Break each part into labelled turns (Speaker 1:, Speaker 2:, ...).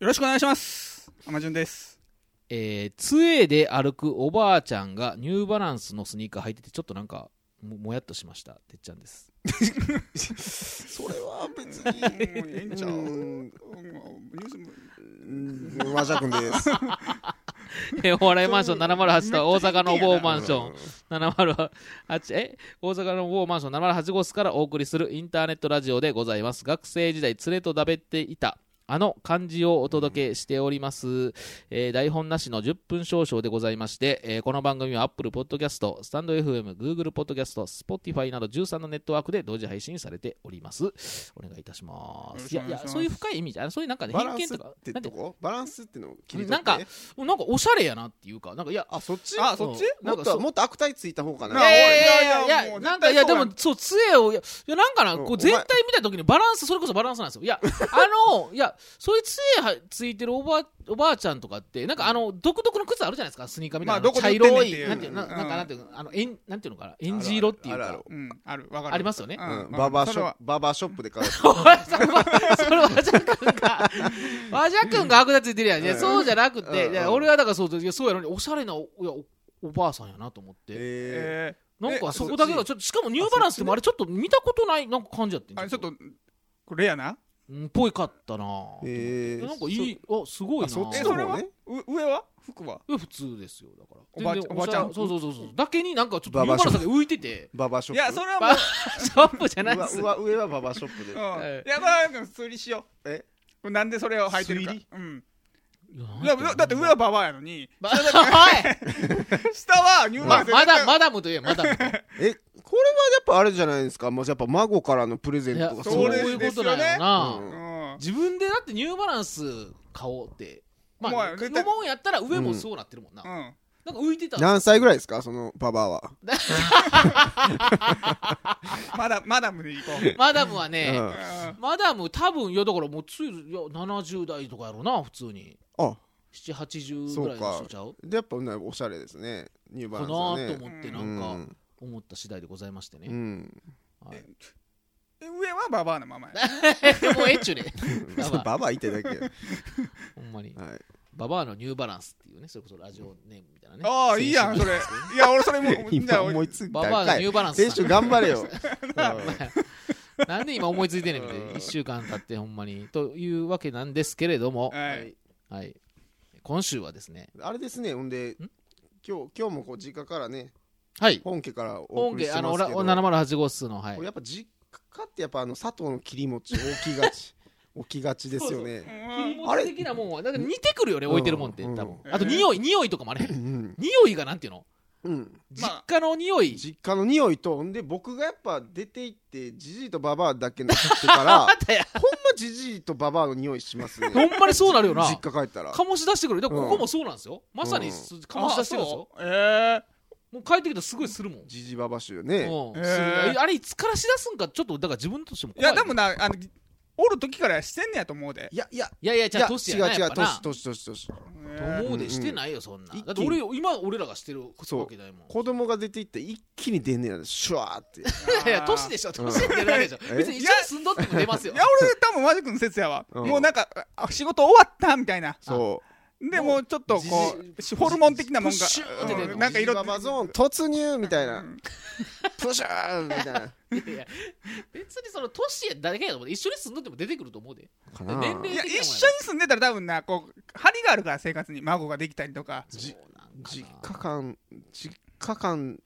Speaker 1: よろしくお願いします。アマジュンです。
Speaker 2: えー、杖で歩くおばあちゃんがニューバランスのスニーカー履いててちょっとなんかももやっとしましたてっちゃんです
Speaker 3: それは別に。
Speaker 1: もうええんちゃう。
Speaker 3: う
Speaker 1: うん
Speaker 3: ん
Speaker 1: ニュースも
Speaker 3: うん和尺です。
Speaker 2: えーお笑いマンション708と大阪の某マンション
Speaker 3: ン。
Speaker 2: 708え大阪の某マンション708号室からお送りするインターネットラジオでございます学生時代連れとだべっていたあの漢字をお届けしております、えー台本なしの10分少々でございまして、えーこの番組は Apple Podcast、スタンド FM、Google Podcast、Spotify など13のネットワークで同時配信されております。お願いいたします。い
Speaker 1: よろしくお願い
Speaker 2: や
Speaker 1: し
Speaker 2: い
Speaker 1: ます
Speaker 2: や、そういう深い意味じゃない。そういうなんかね、
Speaker 3: バラ
Speaker 2: 偏
Speaker 3: ン
Speaker 2: 見
Speaker 3: スっ
Speaker 2: とか、
Speaker 3: て
Speaker 2: なん
Speaker 3: と
Speaker 2: て
Speaker 3: こバランスってのを切り取って。
Speaker 2: なんか、なんかおしゃれやなっていうか、なんかいや、
Speaker 3: あ、そっち
Speaker 1: あそっち
Speaker 2: な
Speaker 3: も
Speaker 2: ん
Speaker 3: っ
Speaker 2: か
Speaker 3: と、
Speaker 2: そ
Speaker 3: もっと悪態ついた方か
Speaker 2: い
Speaker 3: な。
Speaker 1: なあ
Speaker 2: やいやいやいや
Speaker 1: いやいや
Speaker 2: い
Speaker 1: もう
Speaker 2: や、
Speaker 1: 絶対
Speaker 2: なんか、いや、
Speaker 1: そ
Speaker 2: で
Speaker 1: うやん
Speaker 2: も、そう、杖を、いや、いやなんかな、
Speaker 3: うん
Speaker 2: こ
Speaker 3: お
Speaker 2: う、
Speaker 3: 前
Speaker 2: 全体見たときにバランス、それこそバランスなんですよ。いや、あの、いや、そういう杖はついてるおばあ、おばあちゃんとかって、なんか、あの、独特の靴あるじゃないですか、スニーカーみた
Speaker 1: まあ
Speaker 2: いな。
Speaker 1: どこ
Speaker 2: 茶
Speaker 1: で売ってんねんっ
Speaker 2: 色
Speaker 1: て
Speaker 2: い、
Speaker 1: いう
Speaker 2: なんていう、な
Speaker 1: うん
Speaker 2: なんか、なんていう、あの、えん、なんていうのかな、エンジ色っていう
Speaker 3: あるあ
Speaker 2: か
Speaker 3: る。
Speaker 1: うん、ある、わかる。
Speaker 2: ありますよね
Speaker 1: うん
Speaker 3: う
Speaker 1: わかる
Speaker 3: んババアシ
Speaker 1: そ
Speaker 3: ョ
Speaker 1: れ
Speaker 3: ッ
Speaker 1: は
Speaker 3: プ、ババアショップで買う。
Speaker 2: それは、それは、和田君が、和田君が悪だついてるやん。いや、そうじゃなく
Speaker 3: う
Speaker 2: て、
Speaker 3: ん
Speaker 2: いや、俺はだからそう、いや、そうやのに、おしゃれな、おいや、おおばあさんやなと思って。
Speaker 3: え
Speaker 1: え
Speaker 2: なんか、
Speaker 1: え
Speaker 2: そこだけが、ちょっと、しかもニューバランスでもあれ、ちょっと見たことない、なんか感じやってん
Speaker 1: ー、あれちょっ
Speaker 2: と
Speaker 1: と、これやな。
Speaker 2: うんぽいかったなぁ
Speaker 3: ーえー
Speaker 2: なんかいいあすごいな
Speaker 3: あそっ
Speaker 1: え、
Speaker 3: ち
Speaker 2: ぁ
Speaker 3: の
Speaker 1: それ
Speaker 3: 方
Speaker 1: は
Speaker 3: ね
Speaker 1: う上は服はい
Speaker 2: や普通ですよだから
Speaker 1: おばあちゃん
Speaker 2: 全然し
Speaker 1: おばあちゃん
Speaker 2: そうそうそうそうだけになんかちょっと湯原さんが浮いてて
Speaker 3: ババアショッ
Speaker 1: い
Speaker 3: プ。
Speaker 1: や、それはもう
Speaker 2: バー、ショップじゃないです
Speaker 3: うわうわ上はババアショップで。
Speaker 1: うん
Speaker 2: はい
Speaker 1: いや、まあ、でも釣りしよう。
Speaker 3: え
Speaker 1: これなんでそれを履いてるか
Speaker 3: 推理。
Speaker 1: うん。
Speaker 2: いやなん
Speaker 1: だ
Speaker 2: か
Speaker 1: だって上はババアやのに、
Speaker 2: ばはい
Speaker 1: 下はニューバラ
Speaker 2: ま
Speaker 1: ンス
Speaker 2: マダマダムといえばマダム
Speaker 3: え、これはやっぱあれじゃないですか。もうやっぱ孫からのプレゼン
Speaker 2: い
Speaker 3: ト
Speaker 2: や
Speaker 3: とか
Speaker 2: そう
Speaker 3: い
Speaker 2: いうことなんや
Speaker 3: そうですよね
Speaker 2: な
Speaker 3: う
Speaker 1: うん。
Speaker 2: 自分でだってニューバランス買おうってま
Speaker 1: もう
Speaker 2: あ
Speaker 1: 絶
Speaker 2: 飲
Speaker 1: 対
Speaker 2: もんやったら上もそうなってるもんな
Speaker 1: う
Speaker 2: なんか
Speaker 1: ん。
Speaker 2: 浮いてた
Speaker 3: 何歳ぐらいですかそのババアは。
Speaker 1: まだ、マダムで行こ う。
Speaker 2: マダムはね
Speaker 3: うん
Speaker 1: う
Speaker 2: マダム多分いやだからもうついいや70代とかやろな普通に
Speaker 3: あ、
Speaker 2: 780ぐらいの
Speaker 3: そう
Speaker 2: 人
Speaker 3: か
Speaker 2: ちゃう
Speaker 3: でやっぱねおしゃれですね。ニューバ
Speaker 2: か
Speaker 3: ラ
Speaker 2: な
Speaker 3: ン
Speaker 2: ぁ
Speaker 3: ス
Speaker 2: と思
Speaker 3: はね。
Speaker 2: ってな
Speaker 3: うん
Speaker 2: か
Speaker 3: ん
Speaker 2: 思った次第でございまして
Speaker 3: う
Speaker 2: ね、
Speaker 3: ん。
Speaker 2: はい
Speaker 1: ん上はババアのままや。
Speaker 2: もうええっちゅうねババア
Speaker 3: ババアいてだけ。はい。
Speaker 2: ほんまにババアのニューバランスっていうねそれこそラジオネームみたいなね
Speaker 1: ああ、いいやん、そ れ。いや、俺それもう、じゃ
Speaker 3: 今
Speaker 1: あ
Speaker 3: 思いついた
Speaker 2: ババアの
Speaker 3: か
Speaker 2: ニ
Speaker 3: い
Speaker 2: ューバランス
Speaker 3: 先
Speaker 2: さ
Speaker 3: 週
Speaker 2: ん
Speaker 3: 頑張 れよ。
Speaker 2: なんで今思いついてんねんみたいな1週間経ってほんまにというわけなんですけれども、
Speaker 1: はい。
Speaker 2: はい、今週はですね
Speaker 3: あれですね、ほんで、今日今日もこう実家からね、
Speaker 2: はい
Speaker 3: 本家からお
Speaker 2: 本
Speaker 3: 送り
Speaker 2: 家
Speaker 3: して
Speaker 2: あの
Speaker 3: ますけど、
Speaker 2: 708号室のはい
Speaker 3: これやっぱ実家ってやっぱあの佐藤の切り餅置きが ち、置きがちですよ
Speaker 1: う
Speaker 3: ね。
Speaker 1: ん
Speaker 3: あれ
Speaker 2: 的なもんはなんか似てくるよね置いてるもんって
Speaker 3: う
Speaker 2: 多
Speaker 3: ん
Speaker 2: 分
Speaker 1: うん
Speaker 2: あと匂い匂いとかもあれ
Speaker 3: うん
Speaker 2: 匂いがなんていうの
Speaker 3: うん、
Speaker 2: 実
Speaker 1: ま
Speaker 2: 家の匂い
Speaker 3: 実家の匂いとほんで僕がやっぱ出て行ってじじいとババアだけになってから ほんま
Speaker 2: あったや
Speaker 3: じじいとババアの匂いしますね
Speaker 2: ほんまにそうなるよな
Speaker 3: 実家帰ったら
Speaker 2: 醸し出してくるで
Speaker 3: うん
Speaker 2: ここもそうなんですよまさ
Speaker 3: う
Speaker 2: に
Speaker 3: ん
Speaker 2: す醸し出してるんですよ
Speaker 1: あそうえ
Speaker 2: もう帰ってきたらすごいするもんうん
Speaker 3: じじババ臭よね
Speaker 2: す
Speaker 1: へ
Speaker 2: る
Speaker 1: ー
Speaker 2: あれいつからしだすんかちょっとだから自分としても
Speaker 1: えい
Speaker 2: 怖
Speaker 1: や
Speaker 2: い
Speaker 1: でもなあのおる時からしてんねやと思うで
Speaker 3: いやいや
Speaker 2: いやいやじゃ
Speaker 3: いや
Speaker 2: あ年やな
Speaker 3: 違う違
Speaker 2: やっ
Speaker 3: う
Speaker 2: ぱな
Speaker 3: 年年年年
Speaker 2: と思う
Speaker 3: う
Speaker 2: で
Speaker 3: ん
Speaker 2: してないよそんな
Speaker 3: 一気に
Speaker 2: だって俺今俺らがしてるわけだよもん
Speaker 3: 子供が出て行って一気に出んねやでシュワーって
Speaker 2: いやいや年でしょ年で出るわけでし
Speaker 3: う
Speaker 2: ょ
Speaker 3: ん
Speaker 2: 別に一緒に住んどっても出ますよ
Speaker 1: いや俺多分マジ君の説やわ
Speaker 3: うん
Speaker 1: もうなんかあ仕事終わったみたいな
Speaker 3: そ
Speaker 1: でもうちょっとこうホルモン的なもん
Speaker 2: プッシューって
Speaker 1: が
Speaker 2: 出るの
Speaker 1: う
Speaker 3: うん
Speaker 1: なんか色
Speaker 3: ジジババゾーン突入みたいな
Speaker 1: うん
Speaker 3: プシューみたいない
Speaker 2: やいや別にその年やだけやと思うで一緒に住んどっても出てくると思うで
Speaker 3: かな
Speaker 2: 年齢
Speaker 1: いや一緒に住んでたら多分なこう張りがあるから生活に孫ができたりとか
Speaker 3: じ
Speaker 2: そうなんかな
Speaker 3: 実家間実家間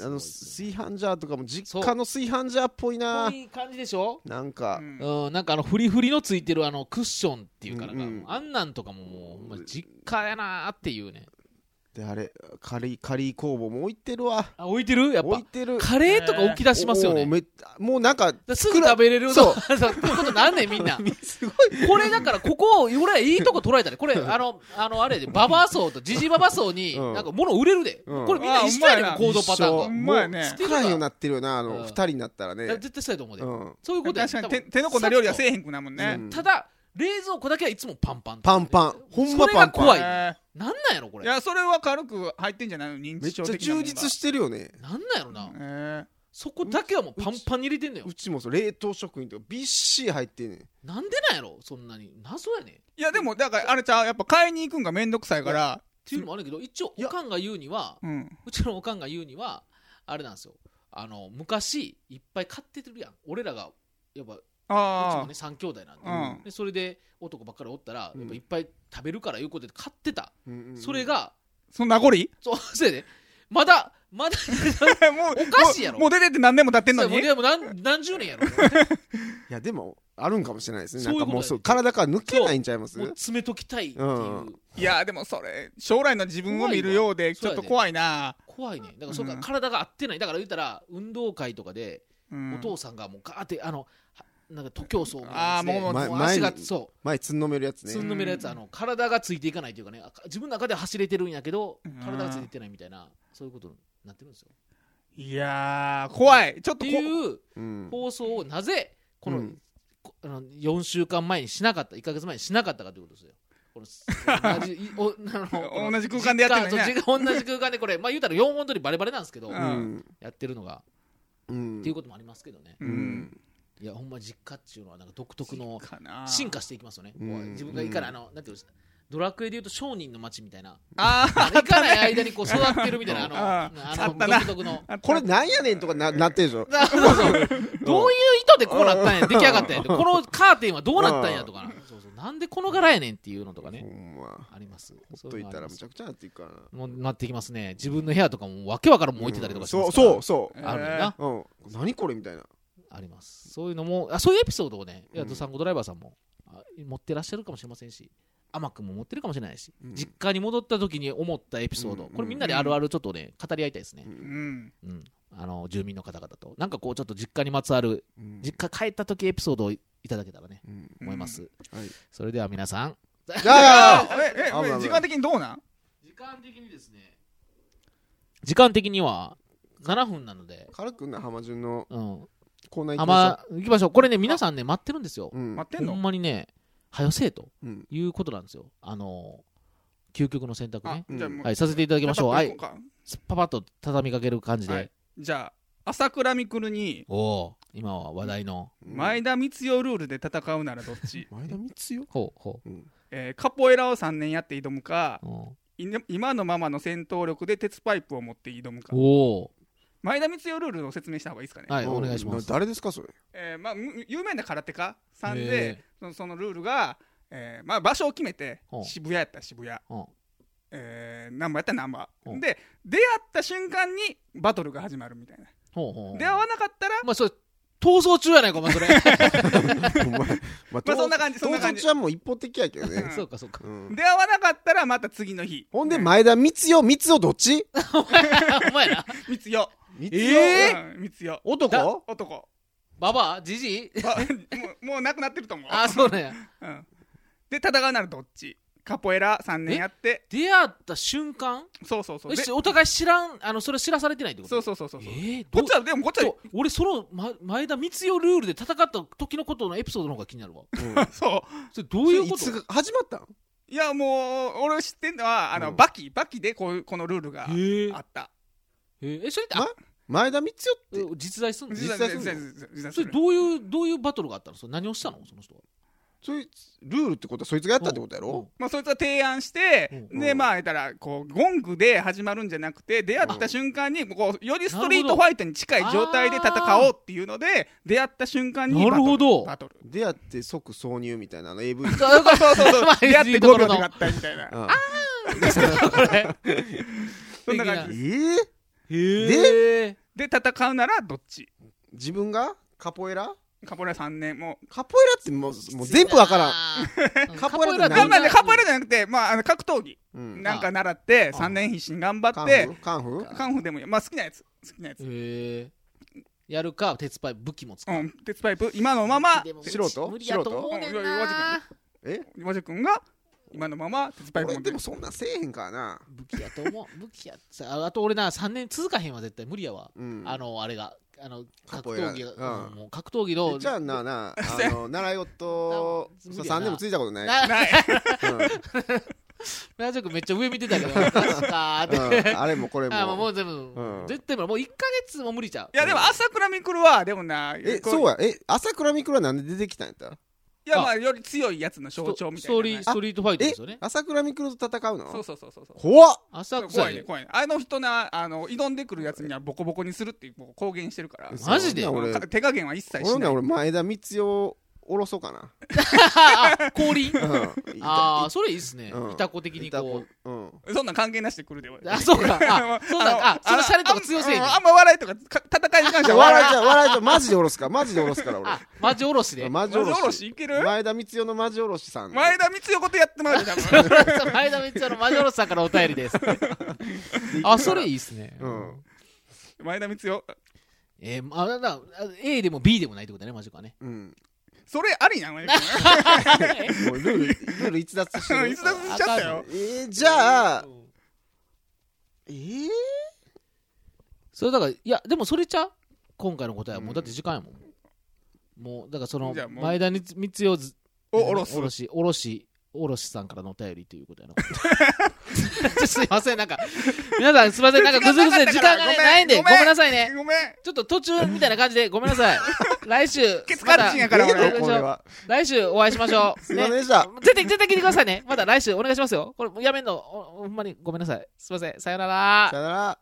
Speaker 3: あの
Speaker 2: す
Speaker 3: 炊飯ジャーとかも実家の炊飯ジャーっぽい
Speaker 2: ご
Speaker 3: な
Speaker 2: いいい感じでしょ
Speaker 3: なん
Speaker 1: う
Speaker 3: か、
Speaker 1: ん
Speaker 2: うん、なんかあのフリフリのついてるあのクッションっていうからか、
Speaker 3: うんうん
Speaker 2: あんなんとかももうほんま実家やなーっていうね
Speaker 3: であれカリカリー工房も置いてるわ
Speaker 2: あ置いてるやっ
Speaker 3: 置い
Speaker 2: ぱ
Speaker 3: てる
Speaker 2: カレーとか置き出しますよ
Speaker 3: おー
Speaker 2: ね
Speaker 3: めっもうなんか
Speaker 2: すぐ食べれるの
Speaker 3: そ
Speaker 2: そううってことなんねんみんな
Speaker 3: すごい
Speaker 2: これだからここ俺らいいとこ捉えたねこれあのあのあれやでババア層とジジババア層に
Speaker 3: うん
Speaker 2: なんか物売れるで、
Speaker 3: うん
Speaker 2: これみんな一緒やねん
Speaker 1: あ
Speaker 2: 行動パター
Speaker 1: 緒
Speaker 2: ンがだか
Speaker 1: んまやね
Speaker 3: 作らんようになってるよなあ
Speaker 2: う
Speaker 3: の、
Speaker 2: ん
Speaker 3: 二人になったら
Speaker 2: ら
Speaker 3: ね
Speaker 2: 絶対そうやと思うで、
Speaker 3: うん
Speaker 2: そういうことや
Speaker 1: 確かに
Speaker 2: 多分
Speaker 1: 手手の込んだ料理はせえへんくなるもんね
Speaker 3: うん
Speaker 2: ただ冷蔵庫だけはいつもパンパン
Speaker 3: パンパンほん
Speaker 2: そ
Speaker 3: まパンパン
Speaker 2: れが怖い
Speaker 1: え
Speaker 2: なんなんやろこ
Speaker 1: ー
Speaker 2: れ
Speaker 1: いやそれは軽く入ってんじゃないの認
Speaker 3: め
Speaker 1: 知
Speaker 3: っち
Speaker 1: 症
Speaker 3: ゃ
Speaker 1: 的なもん
Speaker 3: 充
Speaker 1: が
Speaker 3: 実してるよね
Speaker 2: なんなんやろな、
Speaker 1: え
Speaker 2: そこだけはもうパンパンに入れてんのよ
Speaker 3: うちもそう冷凍食品とかびっしり入ってんねん
Speaker 2: なんでなんやろそんなに謎やねんっ
Speaker 1: いやでもだからあれちゃうやっぱ買いに行くんがめんどくさいから
Speaker 2: ていうのもあるけど一応
Speaker 3: い
Speaker 2: お
Speaker 3: や
Speaker 2: かんが言うには
Speaker 1: うん
Speaker 2: うちのおかんが言うにはあれなんですよあの昔いっぱい買っててるやん俺らがやっぱうち
Speaker 1: あ
Speaker 2: もね3兄弟なんで,、
Speaker 1: うん
Speaker 2: でそれで男ばっかりおったら
Speaker 3: うん
Speaker 2: やっぱいっぱい食べるからいうことで買ってた、
Speaker 3: うんうんうん
Speaker 2: それが
Speaker 1: あその名残も
Speaker 2: そうそうやねまだま だ
Speaker 1: う
Speaker 2: おかしいやろ
Speaker 1: もうもう出てって何年も経ってんの
Speaker 2: もう
Speaker 1: に
Speaker 2: でも何何十年やろ
Speaker 3: いやでもあるんかもしれないですね
Speaker 2: そういうこ
Speaker 3: なんか
Speaker 2: と
Speaker 3: もうそう体から抜けないんちゃいます
Speaker 2: もう詰めときたいっていう、
Speaker 3: うん
Speaker 1: いやでもそれ将来の自分を見るようでちょっと怖いな
Speaker 2: 怖いねだからそれか
Speaker 1: う
Speaker 2: ら
Speaker 1: ん
Speaker 2: 体が合ってないだから言ったら運動会とかで
Speaker 1: うん
Speaker 2: お父さんがもうガーってあのはなんか徒競走みたいな
Speaker 1: あー
Speaker 2: やつで
Speaker 1: もう
Speaker 3: 前
Speaker 2: もう足が
Speaker 3: 前に
Speaker 2: そう
Speaker 3: 前つんのめるやつ
Speaker 2: つ
Speaker 3: ね
Speaker 2: んのめるやつ、
Speaker 1: うん
Speaker 2: あの体がついていかないというかねあか自分の中では走れてるんやけど
Speaker 1: うん
Speaker 2: 体がついていってないみたいなそういうことになってるんですよ。
Speaker 1: いやー怖いちょっ
Speaker 2: っ
Speaker 1: と
Speaker 2: て
Speaker 1: こ
Speaker 2: いう
Speaker 3: うん
Speaker 2: 放送をなぜこの,、
Speaker 3: うん
Speaker 2: こあの4週間前にしなかった1か月前にしなかったかということですよ。この同じいおあのこの
Speaker 1: 同じ空間でやってるのにね
Speaker 2: 実家そう実家同じ空間でこれ、まあ、言うたら4本取りバレバレなんですけど、
Speaker 1: う
Speaker 3: う
Speaker 2: や
Speaker 3: ん
Speaker 2: ってるのが、
Speaker 3: うん
Speaker 2: っていうこともありますけどね
Speaker 1: う
Speaker 3: うんん
Speaker 2: いやほんま実家っていうのはなんか独特の
Speaker 1: かな
Speaker 2: 進化していきますよね、こう
Speaker 3: うん
Speaker 2: 自分がいいからあのなんていうんですドラクエでいうと商人の街みたいな
Speaker 1: あー
Speaker 2: あの行かない間にこう育ってるみたいなあの
Speaker 1: あ
Speaker 2: あ
Speaker 1: あ
Speaker 2: の
Speaker 1: ったな
Speaker 2: 独特の
Speaker 1: あ
Speaker 3: これなんやねんとかななってるでしょ
Speaker 2: な そうそうどういう意図でこうなったんや出来上がったんやこのカーテンはどうなったんやとかなそうそうなんでこの柄やねんっていうのとか
Speaker 3: ほ
Speaker 2: ね
Speaker 3: んま
Speaker 2: あります
Speaker 3: ほっといたらむちゃ
Speaker 2: ゃ
Speaker 3: くちゃなっていくからな
Speaker 2: もうなってきますね自分の部屋とかもわけわからんもん置いてたりとかしますから、
Speaker 3: そうそうそ
Speaker 2: あるよな、
Speaker 3: ううん何これみたいな
Speaker 2: ありますそういうのもあそういうエピソードをねいや
Speaker 3: うん
Speaker 2: ドサンゴドライバーさんもあ持ってらっしゃるかもしれませんし甘くんも持ってるかもしれないし、
Speaker 3: うん
Speaker 2: 実家に戻った時に思ったエピソード、
Speaker 3: うん
Speaker 2: これみんなであるあるちょっとね語り合いたいですね
Speaker 3: う、
Speaker 1: うんん
Speaker 2: うん、あの住民の方々となんかこうちょっと実家にまつわる
Speaker 3: うん
Speaker 2: 実家帰った時エピソードをいただけたらね
Speaker 3: うん
Speaker 2: 思います、
Speaker 3: はい
Speaker 2: それでは皆さん
Speaker 3: じ ゃあ
Speaker 1: えええ
Speaker 3: 危ない危ない
Speaker 1: 時間的にどうなん
Speaker 2: 時間的にですね時間的には7分なので
Speaker 3: 軽くんの浜順の
Speaker 2: うん
Speaker 3: コーナー行
Speaker 2: あ
Speaker 3: きま
Speaker 2: まあ行きましょうこれね皆さんね待ってるんですよ
Speaker 3: しょううん
Speaker 1: 待ってん
Speaker 2: ほ
Speaker 1: の
Speaker 2: んまにね早よせえと
Speaker 3: うん
Speaker 2: いうことなんですよあの究極の選択
Speaker 1: あ
Speaker 2: ね
Speaker 1: じゃあもう
Speaker 2: はいさせていただきましょうは
Speaker 1: やっぱ
Speaker 2: い
Speaker 1: ここか
Speaker 2: スパパッと畳みかける感じで、
Speaker 1: はいじゃあ朝倉未来に
Speaker 2: おお今は話題の、
Speaker 1: 前田光代ルールで戦うならどっち
Speaker 3: 前田光代
Speaker 2: ほうほ
Speaker 3: うん
Speaker 1: えーカポエラを3年やって挑むか
Speaker 2: う、うん
Speaker 1: いね今のままの戦闘力で鉄パイプを持って挑むか
Speaker 2: おお
Speaker 1: 前田光代ルールを説明した方がいいですかね、
Speaker 2: はい
Speaker 3: うん
Speaker 2: お願いします
Speaker 3: 誰ですかそれ
Speaker 1: えーまあ、む有名な空手家さん
Speaker 2: へ
Speaker 1: でそのそのルールが、えーまあ、場所を決めて
Speaker 2: ほう
Speaker 1: 渋谷やったら渋谷、
Speaker 2: うん
Speaker 1: えー、ナンバーやったらナンバ
Speaker 2: ほう
Speaker 1: ーで出会った瞬間にバトルが始まるみたいな
Speaker 2: ほうほうほう
Speaker 1: 出会わなかったら、
Speaker 2: まあそれ逃走中やないかお前 それ
Speaker 3: お前ま
Speaker 1: まあ、そんな感じそんな感
Speaker 3: 東
Speaker 1: じ
Speaker 3: ちはもう一方的やけど ね
Speaker 1: ん
Speaker 2: そうかそうか
Speaker 3: うん
Speaker 1: 出会わなかったらまた次の日
Speaker 3: ほんで前田光代光代どっち
Speaker 2: お前な
Speaker 1: 光代
Speaker 3: 光
Speaker 2: え
Speaker 3: 代
Speaker 1: うん光代
Speaker 3: 男
Speaker 1: 男
Speaker 2: ババアジジ イ
Speaker 1: あもうもうなくなってると思う
Speaker 2: あそうね
Speaker 1: うん、で戦うならどっちカポエラ3年やって
Speaker 2: 出会った瞬間
Speaker 1: そうそうそう
Speaker 2: え
Speaker 1: で
Speaker 2: し
Speaker 1: そ
Speaker 2: お互い知らんあのそれ知らされてないってこ
Speaker 1: う
Speaker 2: と
Speaker 1: そう
Speaker 2: う
Speaker 1: そうそうそう
Speaker 2: えー、
Speaker 1: こ
Speaker 2: ど
Speaker 1: っちはでもこっちは
Speaker 2: そう俺その、ま、前田光代ルールで戦った時のことのエピソードの方が気になるわ
Speaker 3: うん
Speaker 1: そ
Speaker 2: それどう
Speaker 3: そ
Speaker 2: い
Speaker 3: れ
Speaker 2: う
Speaker 3: い
Speaker 2: こと
Speaker 3: つが始まったん
Speaker 1: ういやもう俺知ってんのはあの、
Speaker 3: うん
Speaker 1: バキバキでこういうこのルールが
Speaker 2: えー
Speaker 1: あった
Speaker 2: えーえそれってあ
Speaker 3: 前田光代って
Speaker 2: 実在するの
Speaker 1: 実
Speaker 3: 実
Speaker 1: 際
Speaker 3: 際
Speaker 1: 実
Speaker 3: す
Speaker 1: 際
Speaker 3: るの
Speaker 1: 実際
Speaker 2: そ
Speaker 1: す
Speaker 2: れ
Speaker 1: る
Speaker 2: どういうどういうバトルがあったのそれ何をしたのその人は
Speaker 3: そいつルールってことはそいつがやったってことやろ
Speaker 1: まあ、そいつは提案して、
Speaker 3: うん
Speaker 1: でまあ言ったらこうゴングで始まるんじゃなくて出会った瞬間にこうよりストリートファイトに近い状態で戦おうっていうので出会った瞬間
Speaker 2: うん
Speaker 1: に
Speaker 2: な
Speaker 1: バ
Speaker 2: る
Speaker 1: ト
Speaker 2: ほ
Speaker 1: ル
Speaker 2: ど
Speaker 1: バトル
Speaker 3: 出会って即挿入みたいなあの AV
Speaker 2: そういうこと
Speaker 1: そうそうそう出会って5秒で合体みたいな
Speaker 3: あ
Speaker 1: そんな感じです
Speaker 3: えー
Speaker 2: へえ
Speaker 1: で戦うならどっち
Speaker 3: 自分がカポエラ
Speaker 1: カポエラ3年も
Speaker 3: カポエラってもうもう全部わからん
Speaker 2: ん
Speaker 3: カポエラって
Speaker 1: あま
Speaker 3: 何
Speaker 1: あね、カポエラ
Speaker 2: で
Speaker 1: じゃなくて、まあ、あの格闘技
Speaker 3: うん
Speaker 1: なんか習って
Speaker 2: あ
Speaker 1: 3年必死に頑張
Speaker 3: カ
Speaker 1: っ
Speaker 3: ン
Speaker 1: て
Speaker 3: フカンフ
Speaker 1: カンフーでもいい、まあ、好きなやつ好きなやつ、
Speaker 2: へえやるか鉄パイプ武器も使
Speaker 1: う、
Speaker 2: うん
Speaker 1: 鉄パイプ今のまま
Speaker 2: でも
Speaker 3: 素人
Speaker 2: 無理やと思うね
Speaker 1: 素
Speaker 2: ん
Speaker 1: 人うんいやいや
Speaker 2: な
Speaker 3: え
Speaker 1: 和く君が今のまま鉄パイプ持
Speaker 3: 俺
Speaker 1: って
Speaker 3: でもそんなせえへんからな
Speaker 2: 武器やと思う武 器やさああと俺な3年続かへんわ絶対無理やわ、
Speaker 3: うん
Speaker 2: あのあれがあの
Speaker 3: カ
Speaker 2: 格
Speaker 3: ポエラ
Speaker 2: 闘技
Speaker 3: うん
Speaker 2: が、うんもう格闘技の
Speaker 3: じゃあななあの習い事
Speaker 2: 無理やな
Speaker 3: 3年もついたことない
Speaker 2: な
Speaker 1: ない
Speaker 3: うん
Speaker 2: ラジオ君めっちゃ上見てたけど、マジかーって。
Speaker 3: うんあれもこれも
Speaker 2: あもうもう全部、
Speaker 3: うん
Speaker 2: 絶対無理もう1ヶ月も無理ちゃう。
Speaker 1: いやでも朝倉未来はでもな
Speaker 3: え
Speaker 1: こ
Speaker 3: そうやえ朝倉未来はなんで出てきたんやった
Speaker 1: いやまあより強いやつの象徴み
Speaker 2: ス
Speaker 1: たいな
Speaker 2: トーリー、ストリートファイト
Speaker 3: え
Speaker 2: ですよね。
Speaker 3: 朝倉未来と戦う
Speaker 1: そう
Speaker 3: の
Speaker 1: そうそうそうそう
Speaker 3: 怖っ
Speaker 2: 浅草
Speaker 1: 怖い
Speaker 2: で
Speaker 1: ね怖いねあの人なあの挑んでくるやつにはボコボコにするってもう公言してるから
Speaker 2: マジで
Speaker 3: そんなん俺
Speaker 1: 手加減は一切
Speaker 3: 俺
Speaker 1: し
Speaker 3: な
Speaker 1: ない
Speaker 3: 俺前田光代を下ろそうかな
Speaker 2: あ 降臨
Speaker 3: うん
Speaker 2: ああ、それいいっすね。
Speaker 3: うん
Speaker 2: いたこ的にこう。
Speaker 3: う、うん、
Speaker 1: そんなん関係なしで来るで俺
Speaker 2: あ、そうか。あ、そうだ。あ、そのシャレとか
Speaker 1: あ
Speaker 2: 強せい
Speaker 1: あんあんま笑いとかか戦いに関し
Speaker 3: じ
Speaker 1: て
Speaker 3: ゃあ
Speaker 1: は
Speaker 3: 笑
Speaker 1: 笑
Speaker 3: いじゃあ笑いじゃあマジで下ろすからマジで下ろすから
Speaker 2: あ、マジおろしで。
Speaker 3: 俺
Speaker 2: 前
Speaker 3: マジ下ろ
Speaker 1: マ
Speaker 3: し
Speaker 1: ジ下ろしいける
Speaker 3: 前田光代のマジ下ろしさん
Speaker 1: い前田光代ことやってもらうで多 分
Speaker 2: 田めっちゃのマジおろしさんからお便りです。あ、それいいっすね。
Speaker 3: うん
Speaker 1: 前田光代
Speaker 2: えー、まあ、だ A でも B でもないってことだね、マジかね。
Speaker 3: うん
Speaker 1: それありなの よ
Speaker 3: もうルールルール逸脱して る
Speaker 1: 逸脱しちゃったよ
Speaker 3: えー、じゃあえー、
Speaker 2: それだから、いや、でもそれちゃう今回の答えはもう、だって時間やもん。もう、だからその
Speaker 1: じゃあ、もう
Speaker 2: 前田光代ず
Speaker 1: おおろす
Speaker 2: おろし、おろし、おろしさんからのお便りということやな。すいません、なん か、皆さんすいません、なんかぐずぐずで時
Speaker 1: 時
Speaker 2: 間
Speaker 1: 間
Speaker 2: が
Speaker 1: なか
Speaker 2: ね
Speaker 1: ったから
Speaker 2: ないんで、ご
Speaker 1: ご
Speaker 2: め
Speaker 1: めん
Speaker 2: んなさいね。
Speaker 1: ごめん
Speaker 2: ちょっと途中みたいな感じで、ごめんなさい。来週、
Speaker 1: ケツカ
Speaker 2: ま
Speaker 1: ッ
Speaker 2: た
Speaker 1: チン、やから
Speaker 3: ええの
Speaker 1: 俺
Speaker 2: また
Speaker 3: これは
Speaker 2: 来週お会いしましょう。
Speaker 3: すいませんでした
Speaker 2: 絶対、絶対聞いてくださいね。また来週お願いしますよ。これ、やめんの、おほんまにごめんなさい。すいません、さよなら
Speaker 3: さよなら